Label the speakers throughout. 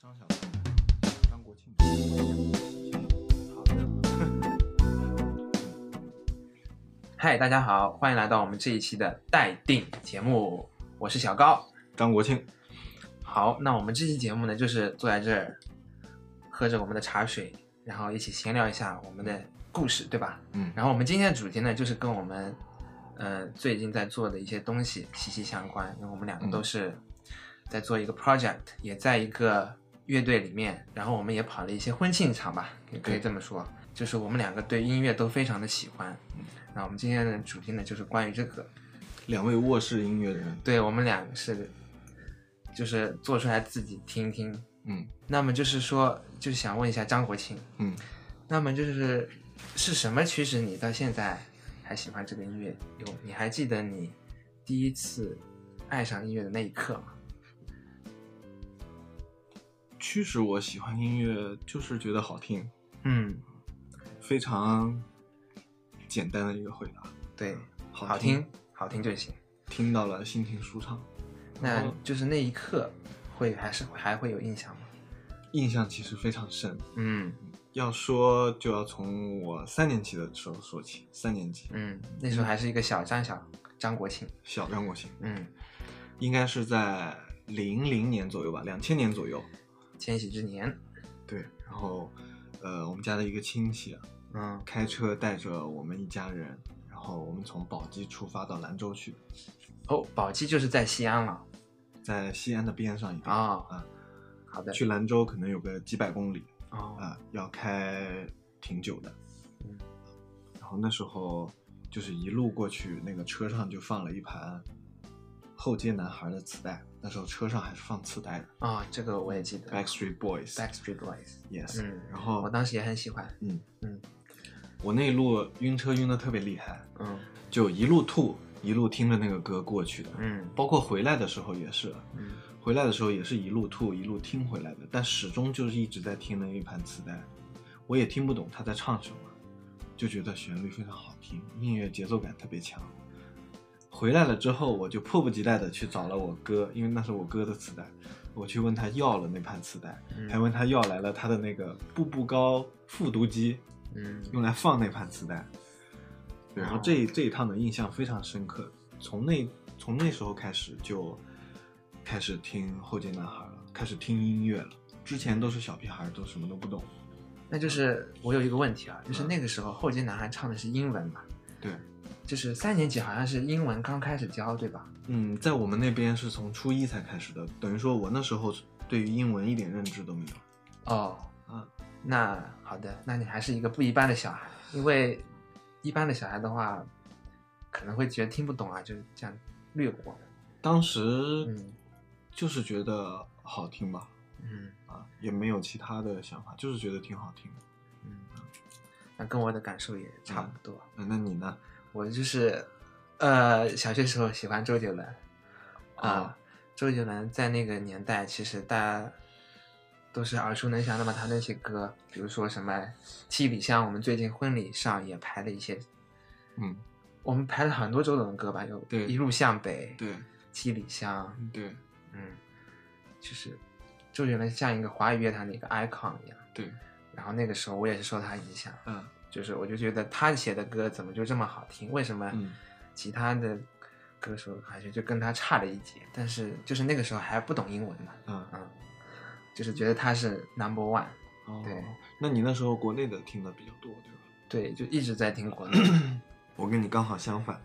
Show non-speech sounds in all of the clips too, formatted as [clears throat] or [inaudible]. Speaker 1: 张小三、张国庆。好的，
Speaker 2: 嗨，大家好，欢迎来到我们这一期的待定节目，我是小高。
Speaker 1: 张国庆，
Speaker 2: 好，那我们这期节目呢，就是坐在这儿，喝着我们的茶水，然后一起闲聊一下我们的故事，对吧？
Speaker 1: 嗯，
Speaker 2: 然后我们今天的主题呢，就是跟我们呃最近在做的一些东西息息相关，因为我们两个
Speaker 1: 嗯
Speaker 2: 都是在做一个 project，、也在一个乐队里面，然后我们也跑了一些婚庆场吧，也可以
Speaker 1: 对
Speaker 2: 这么说，就是我们两个对音乐都非常的喜欢。那我们今天的主题呢，就是关于这个，
Speaker 1: 两位卧室音乐人，
Speaker 2: 对我们两个是就是做出来自己听听。
Speaker 1: 嗯
Speaker 2: 那么就是说，就是想问一下张国庆，
Speaker 1: 嗯，
Speaker 2: 那么就是是什么驱使你到现在还喜欢这个音乐？有你还记得你第一次爱上音乐的那一刻吗？
Speaker 1: 驱使我喜欢音乐就是觉得好听，
Speaker 2: 嗯，
Speaker 1: 非常简单的一个回答，
Speaker 2: 对，
Speaker 1: 好
Speaker 2: 好
Speaker 1: 听
Speaker 2: 听，好听就行。
Speaker 1: 听到了心情舒畅。然
Speaker 2: 那
Speaker 1: 后
Speaker 2: 就是那一刻会还是还会有印象吗？
Speaker 1: 印象其实非常深，
Speaker 2: 嗯
Speaker 1: 要说就要从我三年级的时候说起，三年级，
Speaker 2: 嗯，那时候还是一个小张小张国庆。
Speaker 1: 小张国庆，
Speaker 2: 嗯，
Speaker 1: 应该是在零零年左右吧，两千年左右。
Speaker 2: 千禧之年。
Speaker 1: 对，然后，呃，我们家的一个亲戚啊
Speaker 2: 嗯，
Speaker 1: 开车带着我们一家人，然后我们从宝鸡出发到兰州去，
Speaker 2: 哦，宝鸡就是在西安了
Speaker 1: 在西安的边上一点，
Speaker 2: 啊、
Speaker 1: 啊
Speaker 2: 好的。
Speaker 1: 去兰州可能有个几百公里
Speaker 2: 哦，
Speaker 1: 啊、要开挺久的。
Speaker 2: 嗯
Speaker 1: 然后那时候就是一路过去，那个车上就放了一盘后街男孩的磁带，那时候车上还是放磁带的
Speaker 2: 啊、这个我也记得。
Speaker 1: ，Backstreet Boys。
Speaker 2: Backstreet Boys。
Speaker 1: Yes，、
Speaker 2: 嗯，
Speaker 1: 然后
Speaker 2: 我当时也很喜欢。
Speaker 1: 嗯，
Speaker 2: 嗯
Speaker 1: 嗯，我那一路晕车晕的特别厉害，
Speaker 2: 嗯
Speaker 1: 就一路吐，一路听着那个歌过去的。
Speaker 2: 嗯
Speaker 1: 包括回来的时候也是，
Speaker 2: 嗯
Speaker 1: 回来的时候也是一路吐一路听回来的，但始终就是一直在听那一盘磁带，我也听不懂他在唱什么，就觉得旋律非常好听，音乐节奏感特别强。回来了之后，我就迫不及待的去找了我哥，因为那是我哥的磁带，我去问他要了那盘磁带，
Speaker 2: 嗯，
Speaker 1: 还问他要来了他的那个步步高复读机，
Speaker 2: 嗯
Speaker 1: 用来放那盘磁带。对，然后这
Speaker 2: 哦
Speaker 1: 这一趟的印象非常深刻，从那从那时候开始就开始听后街男孩了，开始听音乐了。之前都是小屁孩儿，都什么都不懂。
Speaker 2: 那就是我有一个问题啊，就是
Speaker 1: 嗯
Speaker 2: 那个时候后街男孩唱的是英文吧？
Speaker 1: 对，
Speaker 2: 就是三年级好像是英文刚开始教对吧？
Speaker 1: 嗯，在我们那边是从初一才开始的，等于说我那时候对于英文一点认知都没有。
Speaker 2: 哦，
Speaker 1: 嗯，
Speaker 2: 那好的，那你还是一个不一般的小孩，因为一般的小孩的话，可能会觉得听不懂啊，就是这样略过。
Speaker 1: 当时
Speaker 2: 嗯
Speaker 1: 就是觉得好听吧，
Speaker 2: 嗯
Speaker 1: 啊，也没有其他的想法，就是觉得挺好听的。
Speaker 2: 嗯，那跟我的感受也差不多。
Speaker 1: 嗯那你呢？
Speaker 2: 我就是，呃，小学时候喜欢周杰伦，
Speaker 1: 哦
Speaker 2: 啊，周杰伦在那个年代，其实大家都是耳熟能详的嘛。他那些歌，比如说什么《七里香》，我们最近婚礼上也排了一些，
Speaker 1: 嗯，
Speaker 2: 我们排了很多周杰伦歌吧，有
Speaker 1: 对
Speaker 2: 一路向北》、《
Speaker 1: 对
Speaker 2: 七里香》，
Speaker 1: 对
Speaker 2: 嗯，就是周杰伦像一个华语乐坛的一个 icon 一样。
Speaker 1: 对，
Speaker 2: 然后那个时候我也是受他影响，
Speaker 1: 嗯
Speaker 2: 就是我就觉得他写的歌怎么就这么好听？为什么
Speaker 1: 嗯
Speaker 2: 其他的歌手好像就跟他差了一截？但是就是那个时候还不懂英文嘛，
Speaker 1: 嗯。
Speaker 2: 嗯，就是觉得他是 number one，
Speaker 1: 哦
Speaker 2: 对，
Speaker 1: 那你那时候国内的听的比较多，对吧？
Speaker 2: 对，就一直在听国内，
Speaker 1: 我跟你刚好相 [clears throat] 反，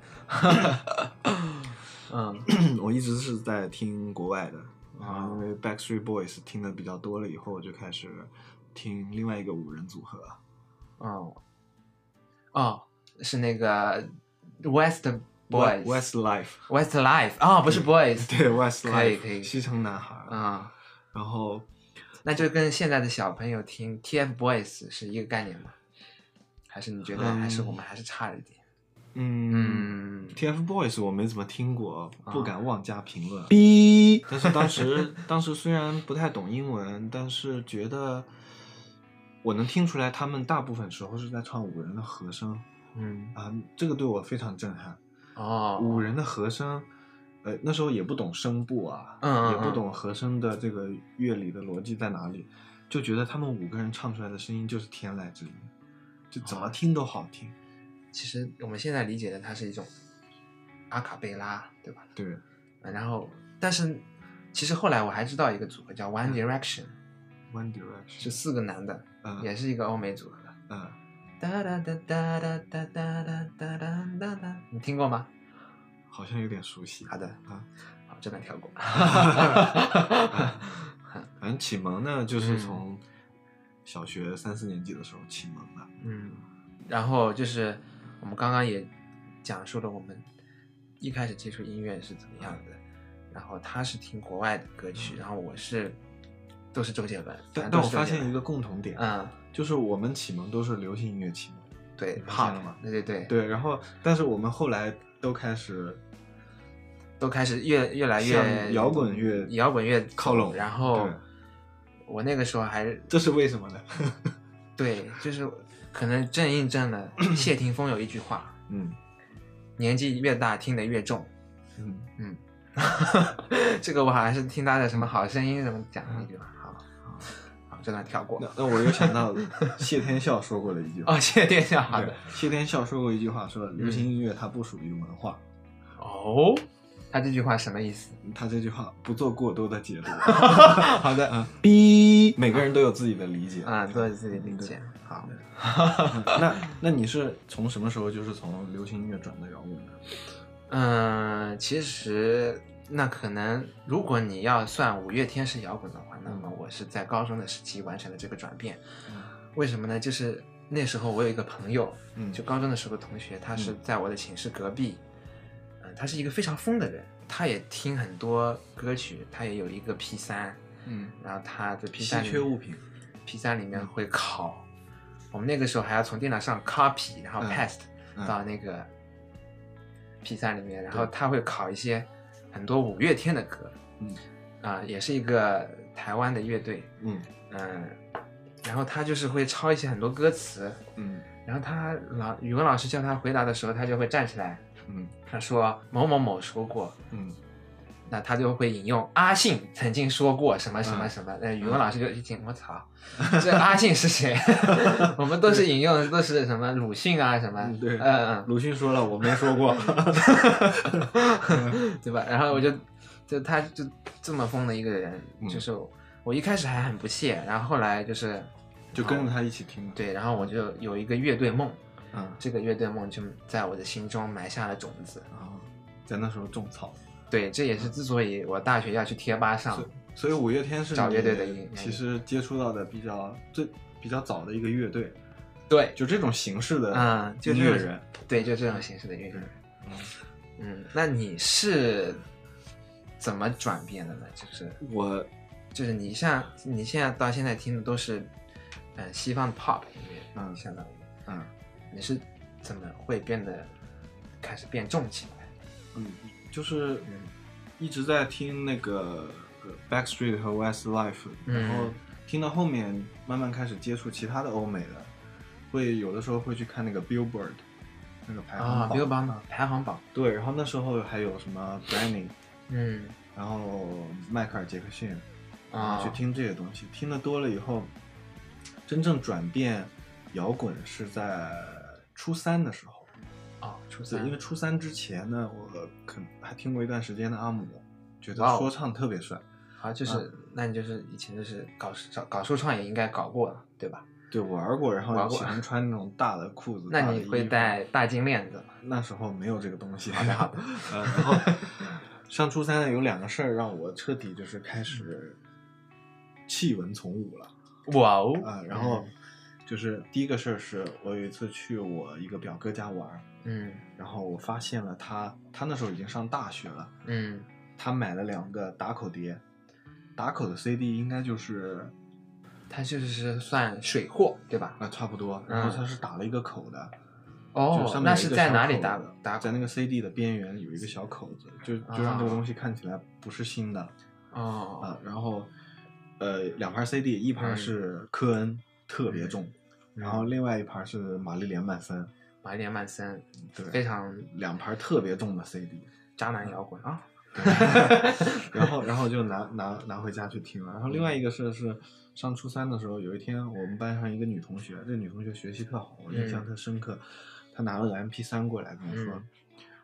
Speaker 2: 嗯
Speaker 1: 我一直是在听国外的，然
Speaker 2: 啊
Speaker 1: 后因为 Backstreet Boys 听的比较多了以后，我就开始听另外一个五人组合，
Speaker 2: 哦哦，是那个 West Boys
Speaker 1: Westlife，
Speaker 2: West Life 哦，不是 Boys，
Speaker 1: 对
Speaker 2: 可以可
Speaker 1: Westlife，
Speaker 2: 以
Speaker 1: 西城男孩，
Speaker 2: 啊、
Speaker 1: 然后
Speaker 2: 那就跟现在的小朋友听 TFBOYS 是一个概念吗？还是你觉得还是
Speaker 1: 嗯
Speaker 2: 我们还是差了一点？
Speaker 1: 嗯
Speaker 2: 嗯，
Speaker 1: ，TFBoys 我没怎么听过，
Speaker 2: 啊
Speaker 1: 不敢妄加评论。 [laughs]
Speaker 2: 逼，
Speaker 1: 但是当时当时虽然不太懂英文，但是觉得我能听出来他们大部分时候是在唱五人的和声
Speaker 2: 嗯
Speaker 1: 啊、这个对我非常震撼。
Speaker 2: 哦，
Speaker 1: 五人的和声呃，那时候也不懂声部啊，
Speaker 2: 嗯嗯
Speaker 1: 也不
Speaker 2: 嗯
Speaker 1: 懂和声的这个乐理的逻辑在哪里，就觉得他们五个人唱出来的声音就是天籁之音，就怎
Speaker 2: 哦
Speaker 1: 么听都好听。
Speaker 2: 其实我们现在理解的它是一种阿卡贝拉，对吧？
Speaker 1: 对，
Speaker 2: 呃然后，但是其实后来我还知道一个组合叫 One Direction，
Speaker 1: One Direction
Speaker 2: 是四个男的，
Speaker 1: 嗯
Speaker 2: 也是一个欧美组合。
Speaker 1: 嗯，
Speaker 2: 哒哒哒哒哒哒哒哒哒哒哒哒，你听过吗？
Speaker 1: 好像有点熟
Speaker 2: [laughs]
Speaker 1: 悉。
Speaker 2: 好的，
Speaker 1: 啊，
Speaker 2: 好，这段跳过。 [laughs]
Speaker 1: 反正启蒙呢，就是
Speaker 2: 嗯
Speaker 1: 从小学三四年级的时候启蒙的。
Speaker 2: 嗯，然后就是我们刚刚也讲述了我们一开始接触音乐是怎么样的，然后他是听国外的歌曲，
Speaker 1: 嗯
Speaker 2: 然后我是都是周杰伦，
Speaker 1: 但
Speaker 2: 反正都
Speaker 1: 但我
Speaker 2: 是
Speaker 1: 发
Speaker 2: 周杰
Speaker 1: 现
Speaker 2: 伦
Speaker 1: 一个，共同点，
Speaker 2: 嗯，
Speaker 1: 就是我们启蒙都是流行音乐启蒙。
Speaker 2: 对
Speaker 1: 你发现
Speaker 2: ，pop
Speaker 1: 了吗
Speaker 2: 对对对，
Speaker 1: 对，然后但是我们后来都开始
Speaker 2: 都开始越越来越
Speaker 1: 向摇滚乐
Speaker 2: 摇滚乐走
Speaker 1: 靠拢
Speaker 2: 然后
Speaker 1: 对
Speaker 2: 我那个时候还
Speaker 1: 这是为什么呢？ [laughs]
Speaker 2: 对，就是可能正印证了 [coughs] 谢霆锋有一句话：
Speaker 1: 嗯
Speaker 2: 年纪越大听得越重。
Speaker 1: 嗯，
Speaker 2: 嗯， [laughs] 这个我好像是听他的什么好声音什么讲的那句话，好，好，这段跳过
Speaker 1: 那。那我又想到谢天笑说过的一句话。
Speaker 2: 哦，谢殿下，好
Speaker 1: 对
Speaker 2: 的。
Speaker 1: 谢天笑说过一句话说，流行音乐它不属于文化。
Speaker 2: 哦，他这句话什么意思？
Speaker 1: 他这句话不做过多的解 [laughs] 读。
Speaker 2: 好的，
Speaker 1: 嗯，逼每个人都有自己的理解
Speaker 2: 啊，做自己理解。好，
Speaker 1: 那那你是从什么时候就是从流行音乐转到摇滚的？
Speaker 2: 嗯，其实那可能，如果你要算五月天是摇滚的话，那么我是在高中的时期完成了这个转变。为什么呢？就是那时候我有一个朋友，
Speaker 1: 嗯
Speaker 2: 就高中的时候的同学，他是在我的寝室隔壁，嗯、他是一个非常疯的人，他也听很多歌曲，他也有一个 P 三，
Speaker 1: 嗯，
Speaker 2: 然后他的 P
Speaker 1: 稀
Speaker 2: 三
Speaker 1: 缺物品。嗯
Speaker 2: ，P 三里面会拷，我们那个时候还要从电脑上 copy，然后
Speaker 1: 嗯
Speaker 2: paste
Speaker 1: 嗯
Speaker 2: 到那个 P 三里面，然后他会拷一些很多五月天的歌，
Speaker 1: 嗯
Speaker 2: 啊、也是一个台湾的乐队，
Speaker 1: 嗯
Speaker 2: 嗯，然后他就是会抄一些很多歌词，
Speaker 1: 嗯
Speaker 2: 然后他老语文老师叫他回答的时候，他就会站起来，
Speaker 1: 嗯
Speaker 2: 他说某某某说过，
Speaker 1: 嗯
Speaker 2: 那他就会引用阿信曾经说过什么什
Speaker 1: 嗯
Speaker 2: 么什么，那、语文老师就一听，我操，这阿信是谁？ [laughs] 我们都是引用的都是什么鲁迅啊什么
Speaker 1: 嗯，对
Speaker 2: 嗯嗯，
Speaker 1: 鲁迅说了，我没说过。
Speaker 2: 嗯对吧？然后我就就他就这么疯的一个人，
Speaker 1: 嗯
Speaker 2: 就是我一开始还很不屑，然后后来就是
Speaker 1: [laughs] 就跟着他一起听了。，
Speaker 2: 对，然后我就有一个乐队梦，
Speaker 1: 嗯，
Speaker 2: 这个乐队梦就在我的心中埋下了种子。
Speaker 1: 然后在那时候种草。
Speaker 2: 对，这也是之所以我大学要去贴吧上
Speaker 1: 是，所以五月天是
Speaker 2: 找
Speaker 1: 你
Speaker 2: 乐队的原因
Speaker 1: 其实接触到的比较最比较早的一个乐队，
Speaker 2: 对，
Speaker 1: 就这种形式的
Speaker 2: 嗯，就
Speaker 1: 音
Speaker 2: 这
Speaker 1: 乐
Speaker 2: 种
Speaker 1: 人，
Speaker 2: 对，就这种形式的乐队。嗯，那你是怎么转变的呢？就是
Speaker 1: 我
Speaker 2: 就是你像你现在到现在听的都是，嗯、西方的 pop 音乐，
Speaker 1: 嗯
Speaker 2: 相当于
Speaker 1: 嗯
Speaker 2: 你是怎么会变得开始变重起来？
Speaker 1: 嗯，就是
Speaker 2: 嗯
Speaker 1: 一直在听那个呃 Backstreet 和 Westlife，
Speaker 2: 嗯
Speaker 1: 然后听到后面慢慢开始接触其他的欧美的，会有的时候会去看那个 Billboard 那个排行
Speaker 2: 啊
Speaker 1: 榜，
Speaker 2: ，Billboard 嗯嘛排行榜，
Speaker 1: 对，然后那时候还有什么 Brandy，
Speaker 2: 嗯
Speaker 1: 然后迈克尔杰克逊，
Speaker 2: 啊，
Speaker 1: 去听这些东西，听得多了以后，真正转变摇滚是在初三的时候。
Speaker 2: 啊，初
Speaker 1: 对，
Speaker 2: 三
Speaker 1: 因为初三之前呢，我可能还听过一段时间的阿姆，觉得
Speaker 2: 哇哦
Speaker 1: 说唱特别帅。
Speaker 2: 啊，就是、那你就是以前就是搞搞搞说唱也应该搞过了，对吧？
Speaker 1: 对，玩过，然
Speaker 2: 玩
Speaker 1: 后
Speaker 2: 过
Speaker 1: 喜欢穿那种大的裤子。大
Speaker 2: [laughs] 那
Speaker 1: 的
Speaker 2: 你
Speaker 1: 衣
Speaker 2: 会
Speaker 1: 服？
Speaker 2: 戴大金链子吗？
Speaker 1: 那时候没有这个东西。
Speaker 2: 好的好
Speaker 1: [laughs]
Speaker 2: 的
Speaker 1: 呃，然后上初三呢，有两个事儿让我彻底就是开始弃文从武了。
Speaker 2: 哇哦
Speaker 1: 啊，然后就是第一个事儿是我有一次去我一个表哥家玩儿，
Speaker 2: 嗯
Speaker 1: 然后我发现了他，他那时候已经上大学了，
Speaker 2: 嗯
Speaker 1: 他买了两个打口碟，打口的 CD 应该就是
Speaker 2: 嗯，他就是算水货对吧？
Speaker 1: 啊差不多，然后
Speaker 2: 嗯
Speaker 1: 他是打了一个口的，就
Speaker 2: 哦
Speaker 1: 上，面
Speaker 2: 那
Speaker 1: 有一
Speaker 2: 是
Speaker 1: 个
Speaker 2: 在
Speaker 1: 小
Speaker 2: 哪里
Speaker 1: 口
Speaker 2: 打
Speaker 1: 的
Speaker 2: 打
Speaker 1: 在那个 CD 的边缘有一个小口子，就就让这
Speaker 2: 啊
Speaker 1: 个东西看起来不是新的
Speaker 2: 哦
Speaker 1: 啊，然后呃两盘 CD，一盘
Speaker 2: 嗯
Speaker 1: 是科恩特别重，然后另外一盘是玛丽莲曼森。
Speaker 2: 玛丽莲曼森
Speaker 1: 对
Speaker 2: 非常
Speaker 1: 两盘特别重的 CD，
Speaker 2: 渣男摇滚啊，
Speaker 1: 然后然后就拿拿拿回家去听了。然后另外一个事是上初三的时候，有一天我们班上一个女同学，这女同学学习特好，我印象特深刻。她拿了个 MP 三过来跟我说
Speaker 2: 嗯：“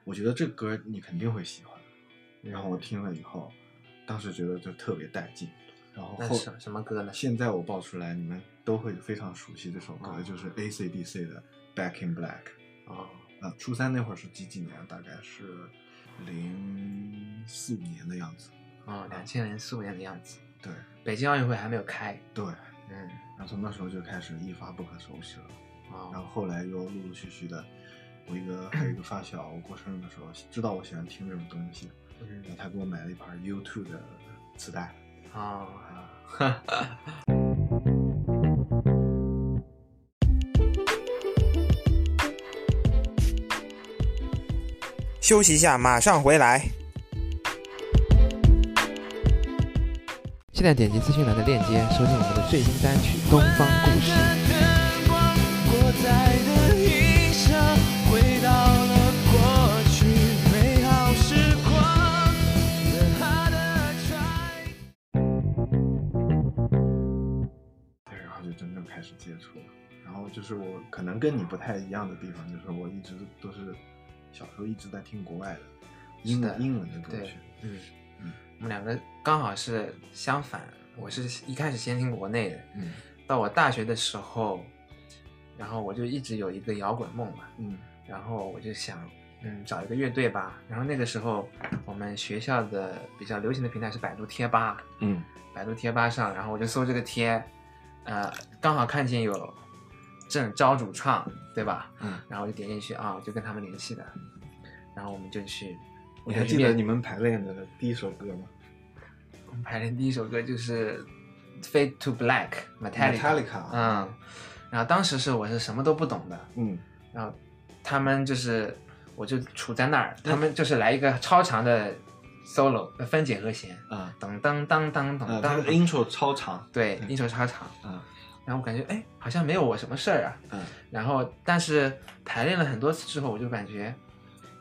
Speaker 1: 我觉得这歌你肯定会喜欢。”
Speaker 2: 嗯
Speaker 1: 然后我听了以后，当时觉得就特别带劲。然后
Speaker 2: 那
Speaker 1: 后
Speaker 2: 什什么歌呢？
Speaker 1: 现在我报出来，你们都会非常熟悉这首歌，
Speaker 2: 哦
Speaker 1: 就是 A C D C 的《Back in Black》。
Speaker 2: 哦，
Speaker 1: 啊，初三那会儿是几几年？啊大概是零四五年的样子。
Speaker 2: 哦，两千零四五年的样子，
Speaker 1: 对
Speaker 2: 北京奥运会还没有开。
Speaker 1: 对，
Speaker 2: 嗯，
Speaker 1: 然后从那时候就开始一发不可收拾了。然后
Speaker 2: 哦，
Speaker 1: 后来又陆陆续续的，我一个还有一个发小，我过生日的时候知道我喜欢听这种东西，
Speaker 2: 嗯
Speaker 1: 然后，他给我买了一盘 U2 的磁带。
Speaker 2: 哦，
Speaker 1: 啊，
Speaker 3: 休息一下，马上回来。
Speaker 2: 现在点击资讯栏的链接，收听我们的最新单曲《东方故事》。
Speaker 4: 灯光活在的一生，回到了过去美好时光。The harder I try.
Speaker 1: 对，然后就真正开始接触了。然后就是我可能跟你不太一样的地方，就是我一直都是小时候一直在听国外的英
Speaker 2: 是
Speaker 1: 文
Speaker 2: 的
Speaker 1: 英文的歌
Speaker 2: 对
Speaker 1: 曲。
Speaker 2: 嗯
Speaker 1: 嗯，
Speaker 2: 我们两个刚好是相反。我是一开始先听国内的，
Speaker 1: 嗯
Speaker 2: 到我大学的时候，然后我就一直有一个摇滚梦嘛，
Speaker 1: 嗯
Speaker 2: 然后我就想，嗯，找一个乐队吧。然后那个时候我们学校的比较流行的平台是百度贴吧，
Speaker 1: 嗯。
Speaker 2: 百度贴吧上，然后我就搜这个贴，呃，刚好看见有正招主唱，对吧？
Speaker 1: 嗯，
Speaker 2: 然后我就点进去啊，我就跟他们联系的，然后我们就去。
Speaker 1: 你还记得你们排练的第一首歌吗
Speaker 2: 我们排的第一首歌就是《Fade to Black》Metallica，
Speaker 1: Metallica 啊
Speaker 2: 嗯，然后当时是我是什么都不懂的，
Speaker 1: 嗯，
Speaker 2: 然后他们就是我就杵在那儿，他们就是来一个超长的 solo 呃分解和弦，
Speaker 1: 啊
Speaker 2: 噔噔噔
Speaker 1: 啊，
Speaker 2: 噔噔
Speaker 1: 它的
Speaker 2: 噔，
Speaker 1: intro 超长
Speaker 2: 对，
Speaker 1: 嗯
Speaker 2: 音球超长，
Speaker 1: 啊，
Speaker 2: 然后我感觉哎好像没有我什么事儿啊，
Speaker 1: 嗯
Speaker 2: 然后但是排练了很多次之后，我就感觉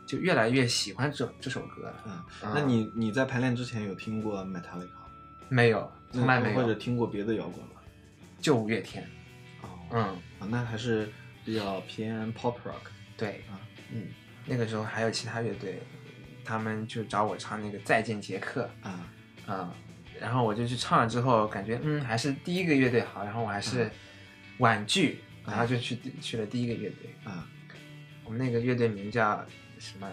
Speaker 2: 就越来越喜欢这这首歌了，
Speaker 1: 嗯。
Speaker 2: 嗯
Speaker 1: 那你你在排练之前有听过 Metallica 吗？
Speaker 2: 没有从来没
Speaker 1: 或者
Speaker 2: 有，
Speaker 1: 听过别的摇滚吗？
Speaker 2: 就五月天，
Speaker 1: 哦，
Speaker 2: 嗯。
Speaker 1: 啊那还是比较偏 pop rock
Speaker 2: 对，
Speaker 1: 啊
Speaker 2: 嗯，那个时候还有其他乐队，他们就找我唱那个《再见杰克
Speaker 1: 啊，》，
Speaker 2: 嗯，然后我就去唱了之后，感觉嗯还是第一个乐队好，然后我还是婉拒，
Speaker 1: 嗯
Speaker 2: 然后就去去了第一个乐队，
Speaker 1: 啊，
Speaker 2: 我们那个乐队名叫什么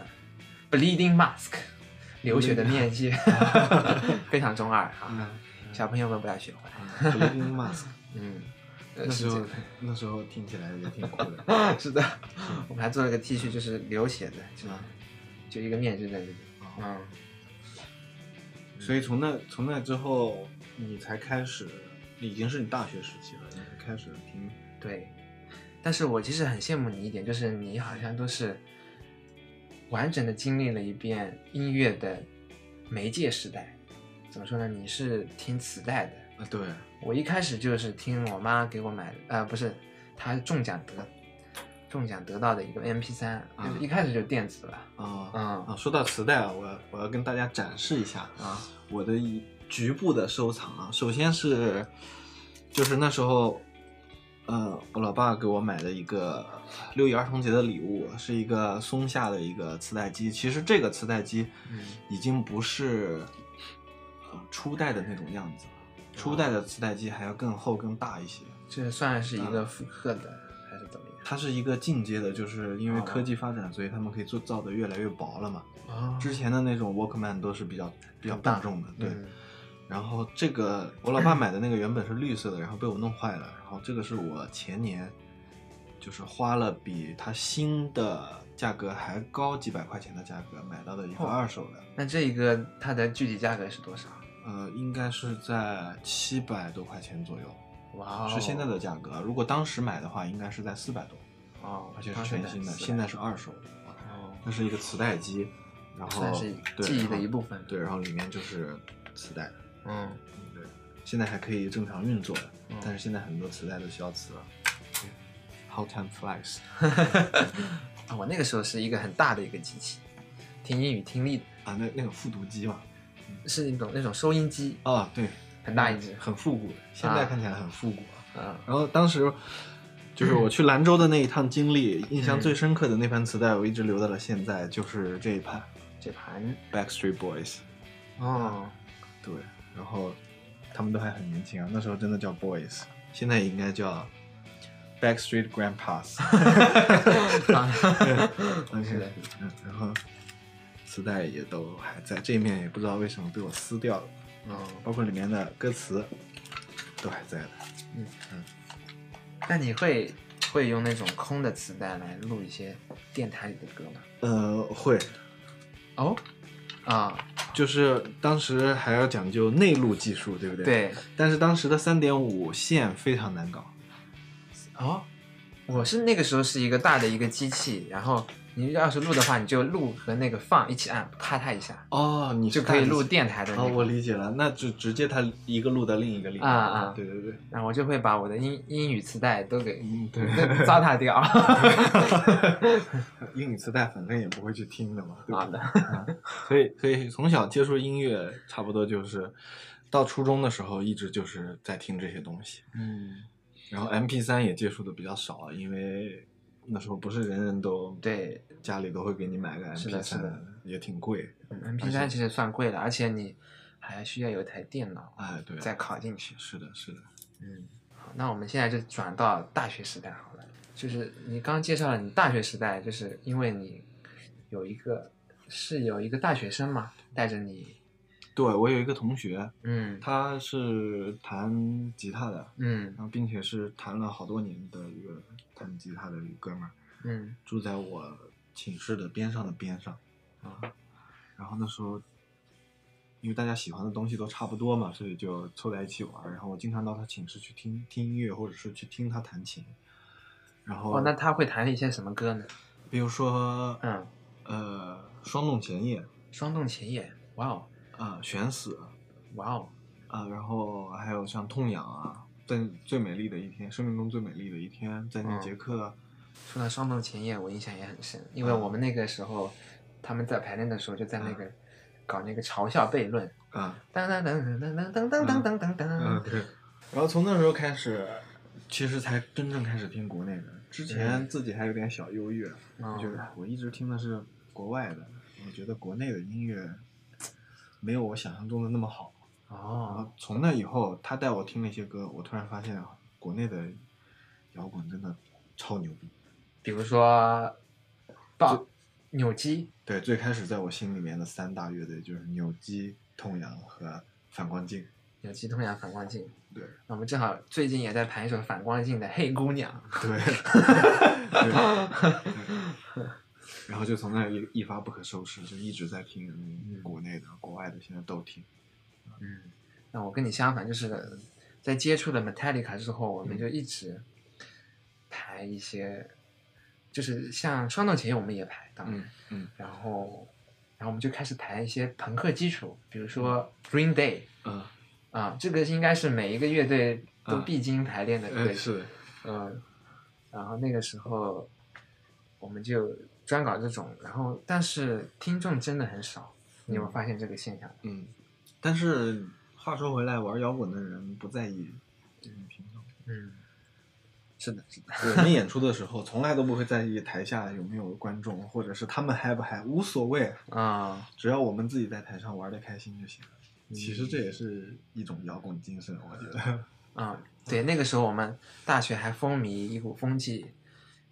Speaker 2: ？Bleeding Mask，流血的
Speaker 1: 嗯 [laughs]
Speaker 2: 面具，非常中二啊， [laughs]
Speaker 1: 啊
Speaker 2: 小朋友们不要学坏，
Speaker 1: ，Bleeding Mask，
Speaker 2: 嗯，呃
Speaker 1: 那时
Speaker 2: 是
Speaker 1: 候
Speaker 2: 这
Speaker 1: 那时候听起来也挺酷的
Speaker 2: [laughs] 是的，
Speaker 1: 嗯
Speaker 2: 我们还做了个 T 恤，就是流血的，就
Speaker 1: 啊。
Speaker 2: 就一个面具在这里，
Speaker 1: 哦
Speaker 2: 嗯。
Speaker 1: 所以从那从那之后，你才开始，已经是你大学时期了，你才开始听
Speaker 2: 对，但是我其实很羡慕你一点，就是你好像都是完整的经历了一遍音乐的媒介时代。怎么说呢？你是听磁带的，
Speaker 1: 啊，对，
Speaker 2: 我一开始就是听我妈给我买的，呃，不是，她中奖得中奖得到的一个 MP 3就是一开始就电子了。
Speaker 1: 啊
Speaker 2: 嗯
Speaker 1: 啊，说到磁带啊，我要我要跟大家展示一下
Speaker 2: 啊，
Speaker 1: 我的一局部的收藏啊。首先是，就是那时候，呃，我老爸给我买的一个六一儿童节的礼物，是一个松下的一个磁带机。其实这个磁带机
Speaker 2: 嗯
Speaker 1: 已经不是、呃初代的那种样子了，
Speaker 2: 啊
Speaker 1: 初代的磁带机还要更厚更大一些。
Speaker 2: 这算是
Speaker 1: 啊
Speaker 2: 一个复刻的，还是怎么样？
Speaker 1: 它是一个进阶的，就是因为
Speaker 2: 哦
Speaker 1: 科技发展，所以他们可以做造的越来越薄了嘛。
Speaker 2: 哦
Speaker 1: 之前的那种 Walkman 都是比较比较笨重的，对。
Speaker 2: 嗯
Speaker 1: 然后这个我老爸买的那个原本是绿色的，然后被我弄坏了。然后这个是我前年，就是花了比它新的价格还高几百块钱的价格买到的一个
Speaker 2: 哦
Speaker 1: 二手的，
Speaker 2: 那这一个它的具体价格是多少？
Speaker 1: 呃，应该是在七百多块钱左右，
Speaker 2: 哇哦，
Speaker 1: 是现在的价格。如果当时买的话，应该是在四百多，
Speaker 2: 哦，
Speaker 1: 而且是
Speaker 2: 当时
Speaker 1: 全新的，
Speaker 2: 磁带
Speaker 1: 现在是二手的。啊
Speaker 2: 哦，
Speaker 1: 它是一个磁带机，然后
Speaker 2: 算是
Speaker 1: 对
Speaker 2: 记忆的
Speaker 1: 然后
Speaker 2: 一部分。
Speaker 1: 对，然后里面就是磁带。
Speaker 2: 嗯，
Speaker 1: 对，现在还可以正常运作的，
Speaker 2: 嗯 [laughs]
Speaker 1: 但是现在很多磁带都消磁了。How time flies，
Speaker 2: 啊，我那个时候是一个很大的一个机器，听英语听力的，
Speaker 1: 啊，那那个复读机嘛，
Speaker 2: 是一种那种收音机，
Speaker 1: 啊，对，
Speaker 2: 很大一只
Speaker 1: 很复古，现在看起来很复古啊。
Speaker 2: 啊，
Speaker 1: 然后当时就是我去兰州的那一趟经历，印象最深刻的那盘磁带，我一直留到了现在，就是这一盘
Speaker 2: 这盘
Speaker 1: Backstreet Boys。
Speaker 2: 哦，
Speaker 1: 对，然后他们都还很年轻啊，那时候真的叫 Boys，现在也应该叫 Backstreet
Speaker 2: [laughs]
Speaker 1: Grandpas。嗯
Speaker 2: 是的，
Speaker 1: 嗯然后磁带也都还在，这一面也不知道为什么被我撕掉了， [laughs]
Speaker 2: 哦，
Speaker 1: 包括里面的歌词都还在的。
Speaker 2: 那你会会用那种空的磁带来录一些电台里的歌吗？
Speaker 1: 呃，会，
Speaker 2: 哦，啊，
Speaker 1: 就是当时还要讲究内录技术，对不对？。
Speaker 2: 对，
Speaker 1: 但是当时的三点五线非常难搞，
Speaker 2: 哦，我是那个时候是一个大的一个机器，然后你要是录的话，你就录和那个放一起按，咔嗒一下
Speaker 1: 哦，你
Speaker 2: 就是可以
Speaker 1: 大
Speaker 2: 录电台的那
Speaker 1: 哦，我
Speaker 2: 个。
Speaker 1: 理解了，那就直接它一个录到另一个里面
Speaker 2: 啊啊
Speaker 1: 对对对，
Speaker 2: 然后我就会把我的英英语磁带都给
Speaker 1: 嗯对，
Speaker 2: 糟
Speaker 1: [laughs]
Speaker 2: 蹋掉。
Speaker 1: 英语磁带反正也不会去听的嘛，对
Speaker 2: 好
Speaker 1: 吧？
Speaker 2: 的，
Speaker 1: 啊所以所以从小接触音乐，差不多就是到初中的时候一直就是在听这些东西，
Speaker 2: 嗯，
Speaker 1: 然后 M P 三也接触的比较少，因为那时候不是人人都
Speaker 2: 对，
Speaker 1: 家里都会给你买个 M
Speaker 2: 是
Speaker 1: P
Speaker 2: 的是
Speaker 1: 三
Speaker 2: 的，
Speaker 1: 也挺贵，
Speaker 2: M，M，M P 三其实算贵了，而且你还需要有一台电脑
Speaker 1: 哎对，
Speaker 2: 再拷进去。
Speaker 1: 是的是的，
Speaker 2: 嗯，好，那我们现在就转到大学时代好了。就是你刚介绍了你大学时代，就是因为你有一个是有一个大学生嘛，带着你，
Speaker 1: 对我有一个同学，
Speaker 2: 嗯
Speaker 1: 他是弹吉他的，
Speaker 2: 嗯
Speaker 1: 然后并且是弹了好多年的一个弹吉他的一个哥们儿，
Speaker 2: 嗯
Speaker 1: 住在我寝室的边上的边上。
Speaker 2: 啊
Speaker 1: 然后那时候，因为大家喜欢的东西都差不多嘛，所以就凑在一起玩儿。然后我经常到他寝室去听听音乐，或者是去听他弹琴。然后，
Speaker 2: 哦，那他会弹一些什么歌呢？
Speaker 1: 比如说，
Speaker 2: 嗯，
Speaker 1: 呃，双动前夜
Speaker 2: 双动前夜，哇哦
Speaker 1: 啊，悬死
Speaker 2: 哇哦，
Speaker 1: 啊，然后还有像痛痒啊，在最美丽的一天，生命中最美丽的一天，在那
Speaker 2: 嗯
Speaker 1: 节课。
Speaker 2: 说到双动前夜，我印象也很深，因为
Speaker 1: 嗯
Speaker 2: 我们那个时候他们在排练的时候就在那个搞那个嘲笑悖论，
Speaker 1: 啊，
Speaker 2: 当当当当当当当当当
Speaker 1: 嗯，
Speaker 2: 当，
Speaker 1: 对。 [laughs] 然后从那时候开始，其实才真正开始听国内的。之前
Speaker 2: 嗯
Speaker 1: 自己还有点小优越，我觉得
Speaker 2: 嗯
Speaker 1: 哎我一直听的是国外的，我觉得国内的音乐没有我想象中的那么好。然
Speaker 2: 哦
Speaker 1: 后从那以后，他带我听了一些歌，我突然发现国内的摇滚真的超牛逼。
Speaker 2: 比如说抱扭机，
Speaker 1: 对，最开始在我心里面的三大乐队就是扭机、痛痒和反光镜。
Speaker 2: 扭机通阳反光镜。
Speaker 1: 对
Speaker 2: 我们正好最近也在盘一首反光镜的《嘿姑娘
Speaker 1: [laughs] 对对，然后就从那一一发不可收拾，就一直在听
Speaker 2: 嗯
Speaker 1: 国内的、国外的，现在都听。》。
Speaker 2: 嗯，那我跟你相反，就是在接触了 Metallica 之后，我
Speaker 1: 嗯
Speaker 2: 们就一直排一些，就是像双动前夜我们也排，当然，
Speaker 1: 嗯
Speaker 2: 然后然后我们就开始排一些朋克基础，比如说 Green Day
Speaker 1: 嗯，
Speaker 2: 啊、这个应该是每一个乐队都
Speaker 1: 嗯
Speaker 2: 必经排练的歌
Speaker 1: 哎
Speaker 2: 曲。
Speaker 1: 是的，
Speaker 2: 嗯，然后那个时候我们就专搞这种，然后但是听众真的很少，你有没有发现这个现象？
Speaker 1: 嗯，但是话说回来，玩摇滚的人不在意这种评 [laughs] 论。
Speaker 2: 嗯，是的，是的，
Speaker 1: 我们演出的时候，从来都不会在意台下有没有观众，或者是他们嗨不嗨，无所谓，
Speaker 2: 啊、
Speaker 1: 只要我们自己在台上玩的开心就行了。其实
Speaker 2: 嗯
Speaker 1: 这也是一种摇滚精神，我觉得。
Speaker 2: [laughs] 啊、对，那个时候我们大学还风靡一股风气，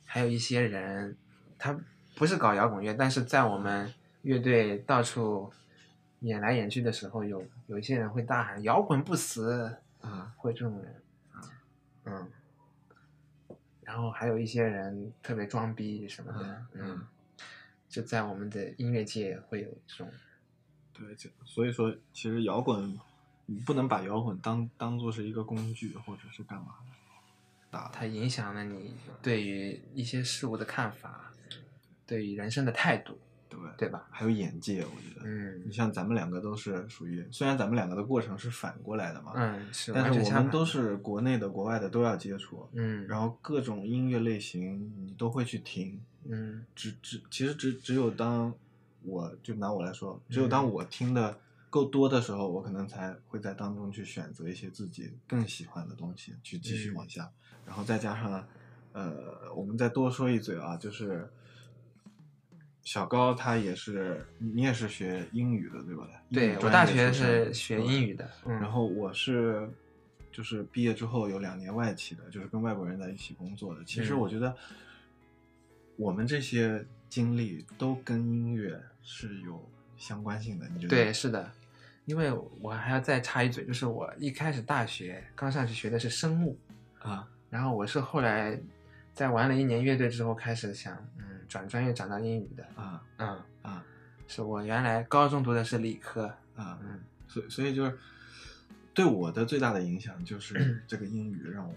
Speaker 2: 还有一些人他不是搞摇滚乐，但是在我们乐队到处演来演去的时候，有有一些人会大喊“摇滚不死”，
Speaker 1: 啊
Speaker 2: 会这种人，嗯，然后还有一些人特别装逼什么的，
Speaker 1: 嗯
Speaker 2: 嗯，就在我们的音乐界会有这种，
Speaker 1: 对，就所以说，其实摇滚，你不能把摇滚当当做是一个工具，或者是干嘛的。打
Speaker 2: 它影响了你对于一些事物的看法，对于人生的态度，
Speaker 1: 对，
Speaker 2: 对吧？
Speaker 1: 还有眼界，我觉得。你
Speaker 2: 嗯
Speaker 1: 像咱们两个都是属于，虽然咱们两个的过程是反过来的嘛，
Speaker 2: 嗯，是，
Speaker 1: 但
Speaker 2: 完
Speaker 1: 是
Speaker 2: 全
Speaker 1: 我
Speaker 2: 相
Speaker 1: 们
Speaker 2: 反
Speaker 1: 都
Speaker 2: 的，
Speaker 1: 是国内的、国外的都要接触，
Speaker 2: 嗯，
Speaker 1: 然
Speaker 2: 后
Speaker 1: 后各种音乐类型你都会去听。
Speaker 2: 嗯
Speaker 1: 只只其实只只有当我就拿我来说，只有
Speaker 2: 嗯
Speaker 1: 当我听的够多的时候，我可能才会在当中去选择一些自己更喜欢的东西去继续
Speaker 2: 嗯
Speaker 1: 往下，然后再加上，呃，我们再多说一嘴啊，就是小高他也是你你也是学英语的对吧？英
Speaker 2: 对
Speaker 1: 语
Speaker 2: 我
Speaker 1: 专
Speaker 2: 大
Speaker 1: 业
Speaker 2: 学
Speaker 1: 出身
Speaker 2: 是学
Speaker 1: 对吧
Speaker 2: 英语的，嗯
Speaker 1: 然后我是就是毕业之后有两年外企的，就是跟外国人在一起工作的。其实
Speaker 2: 嗯
Speaker 1: 我觉得我们这些经历都跟音乐是有相关性的，你觉得？
Speaker 2: 对，是的，因为我还要再插一嘴，就是我一开始大学刚上去学的是生物，
Speaker 1: 啊，
Speaker 2: 然后我是后来在玩了一年乐队之后开始想，嗯，转专业转到英语的，
Speaker 1: 啊
Speaker 2: 嗯，
Speaker 1: 啊
Speaker 2: 是我原来高中读的是理科，
Speaker 1: 啊！
Speaker 2: 嗯
Speaker 1: 所以所以就是对我的最大的影响就是
Speaker 2: [coughs]
Speaker 1: 这个英语让我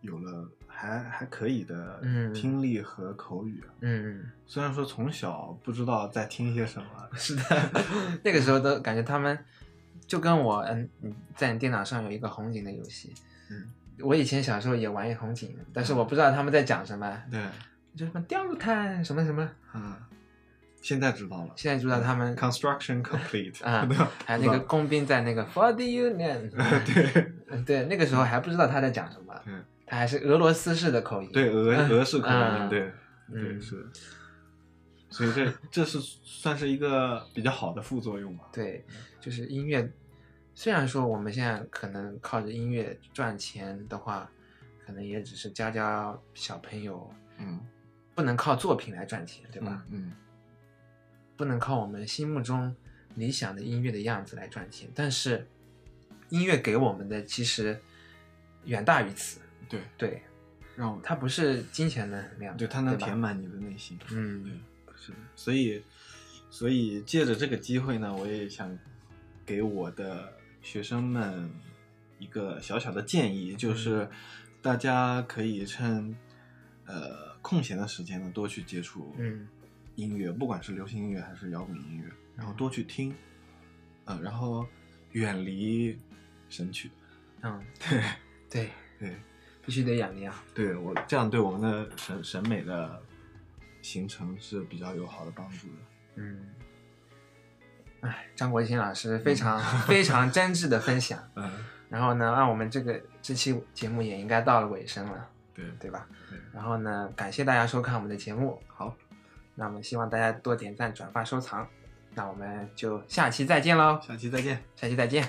Speaker 1: 有了还还可以的
Speaker 2: 嗯
Speaker 1: 听力和口语。啊
Speaker 2: 嗯，
Speaker 1: 虽然说从小不知道在听些什么， [laughs]
Speaker 2: [laughs] 是的，那个时候都感觉他们就跟我，嗯，你在你电脑上有一个红警的游戏，
Speaker 1: 嗯，
Speaker 2: 我以前小时候也玩一红警，但是我不知道他们在讲什么，
Speaker 1: 对，
Speaker 2: 就什么吊碳什么什么，
Speaker 1: 嗯，现在知道了。
Speaker 2: 现在知道他们
Speaker 1: 嗯 construction complete
Speaker 2: 嗯
Speaker 1: [laughs]
Speaker 2: 啊
Speaker 1: 对吧
Speaker 2: 还有那个工兵在那个 For the Union，
Speaker 1: [laughs]
Speaker 2: 嗯
Speaker 1: 对
Speaker 2: 对，那个时候还不知道他在讲什么，
Speaker 1: 嗯
Speaker 2: 他还是俄罗斯式的口音，
Speaker 1: 对俄
Speaker 2: 嗯
Speaker 1: 俄式口音，
Speaker 2: 嗯
Speaker 1: 对对
Speaker 2: 嗯，
Speaker 1: 是，所以这这是算是一个比较好的副作用吧。
Speaker 2: 对，就是音乐。虽然说我们现在可能靠着音乐赚钱的话，可能也只是教教小朋友，
Speaker 1: 嗯，
Speaker 2: 不能靠作品来赚钱，对吧？
Speaker 1: 嗯？
Speaker 2: 不能靠我们心目中理想的音乐的样子来赚钱，但是音乐给我们的其实远大于此，
Speaker 1: 嗯，对，
Speaker 2: 对，
Speaker 1: 让我
Speaker 2: 它不是金钱能量，
Speaker 1: 对它能
Speaker 2: 吧
Speaker 1: 填满你的内心。
Speaker 2: 嗯，
Speaker 1: 是的，所以所以借着这个机会呢，我也想给我的学生们一个小小的建议，
Speaker 2: 嗯
Speaker 1: 就是大家可以趁呃空闲的时间呢，多去接触
Speaker 2: 嗯
Speaker 1: 音乐，不管是流行音乐还是摇滚音乐，然后多去听，嗯、然后远离神曲， [laughs]
Speaker 2: 嗯，
Speaker 1: 对
Speaker 2: 对，
Speaker 1: 对
Speaker 2: 必须得养啊。
Speaker 1: 对，我这样对我们的审审美的形成是比较有好的帮助的。
Speaker 2: 嗯，哎，张国清老师非常非常真挚的分享。
Speaker 1: 嗯，
Speaker 2: 然后呢，按我们这个这期节目也应该到了尾声了，
Speaker 1: 对，
Speaker 2: 对吧
Speaker 1: 对？
Speaker 2: 然后呢，感谢大家收看我们的节目，
Speaker 1: 好，
Speaker 2: 那我们希望大家多点赞、转发、收藏。那我们就下期再见喽，
Speaker 1: 下期再见。
Speaker 2: 下期再见，